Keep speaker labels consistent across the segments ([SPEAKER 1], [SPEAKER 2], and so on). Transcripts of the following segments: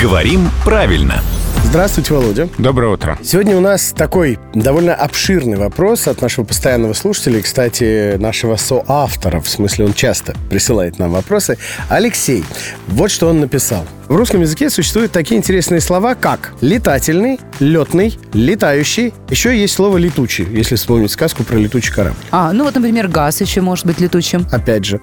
[SPEAKER 1] Говорим правильно.
[SPEAKER 2] Здравствуйте, Володя.
[SPEAKER 3] Доброе утро.
[SPEAKER 2] Сегодня у нас такой довольно обширный вопрос от нашего постоянного слушателя, и, кстати, нашего соавтора, в смысле он часто присылает нам вопросы, Алексей. Вот что он написал. В русском языке существуют такие интересные слова, как летательный, летный, летающий. Еще есть слово летучий, если вспомнить сказку про летучий корабль.
[SPEAKER 4] А, ну вот, например, газ еще может быть летучим.
[SPEAKER 2] Опять же,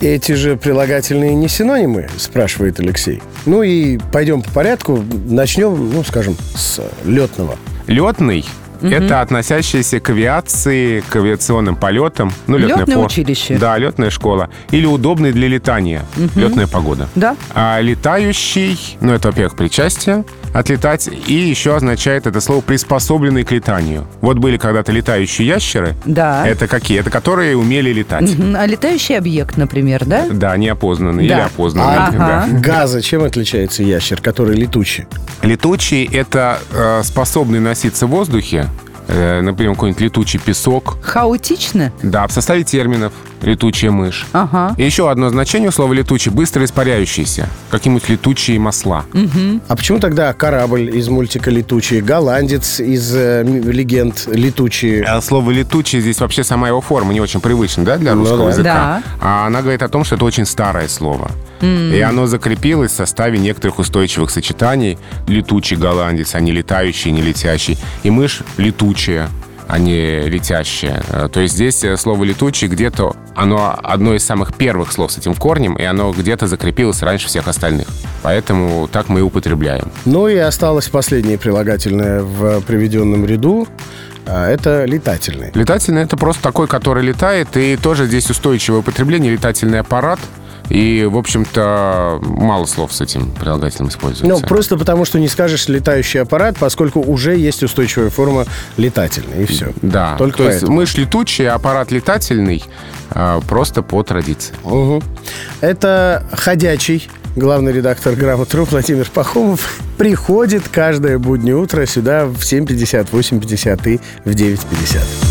[SPEAKER 2] эти же прилагательные не синонимы, спрашивает Алексей. Ну и пойдем по порядку. Начнем, ну, скажем, с летного.
[SPEAKER 3] Летный это относящиеся к авиации, к авиационным полетам. Ну, летная
[SPEAKER 4] Летное
[SPEAKER 3] пла-
[SPEAKER 4] училище.
[SPEAKER 3] Да, летная школа. Или удобный для летания. Летная погода.
[SPEAKER 4] Да?
[SPEAKER 3] А летающий, ну, это, во-первых, причастие отлетать. И еще означает это слово приспособленный к летанию. Вот были когда-то летающие ящеры.
[SPEAKER 4] Да.
[SPEAKER 3] Это какие? Это которые умели летать.
[SPEAKER 4] Мгм, А летающий объект, например, да?
[SPEAKER 3] Да, неопознанные
[SPEAKER 4] Да.
[SPEAKER 3] или опознанные.
[SPEAKER 4] Ага.
[SPEAKER 3] Ну, да.
[SPEAKER 2] Газа чем отличается ящер, который летучий?
[SPEAKER 3] Летучий — это э, способный носиться в воздухе, э, например, какой-нибудь летучий песок.
[SPEAKER 4] Хаотично?
[SPEAKER 3] Да, в составе терминов летучая мышь.
[SPEAKER 4] Ага.
[SPEAKER 3] И еще одно значение у слова летучий — быстро испаряющийся. Какие-нибудь летучие масла.
[SPEAKER 2] А почему тогда корабль из мультика «Летучий», голландец из э, м- «Легенд» «Летучие»?
[SPEAKER 3] А Слово летучий здесь вообще сама его форма не очень привычна, да, для русского
[SPEAKER 2] да.
[SPEAKER 3] языка.
[SPEAKER 4] Да.
[SPEAKER 3] А она говорит о том, что это очень старое слово. И оно закрепилось в составе некоторых устойчивых сочетаний. Летучий голландец, а не летающий, не летящий. И мышь летучая а не летящая. Э, То есть здесь э, слово «летучий» где-то... Оно одно из самых первых слов с этим корнем, и оно где-то закрепилось раньше всех остальных. Поэтому так мы и употребляем.
[SPEAKER 2] Ну и осталось последнее прилагательное в приведенном ряду. А Это летательный.
[SPEAKER 3] Летательный это просто такой, который летает, и тоже здесь устойчивое употребление, летательный аппарат. И, в общем-то, мало слов с этим прилагательным
[SPEAKER 2] Ну,
[SPEAKER 3] используется.
[SPEAKER 2] просто потому, что не скажешь летающий аппарат, поскольку уже есть устойчивая форма летательный, и все.
[SPEAKER 3] Да,
[SPEAKER 2] Только
[SPEAKER 3] то есть
[SPEAKER 2] поэтому.
[SPEAKER 3] мышь летучая, аппарат летательный, а, просто по традиции.
[SPEAKER 2] Мгм. Это ходячий главный редактор «Грамотру» Владимир Пахомов приходит каждое буднее утро сюда в 7.50, 8.50 и в 9.50.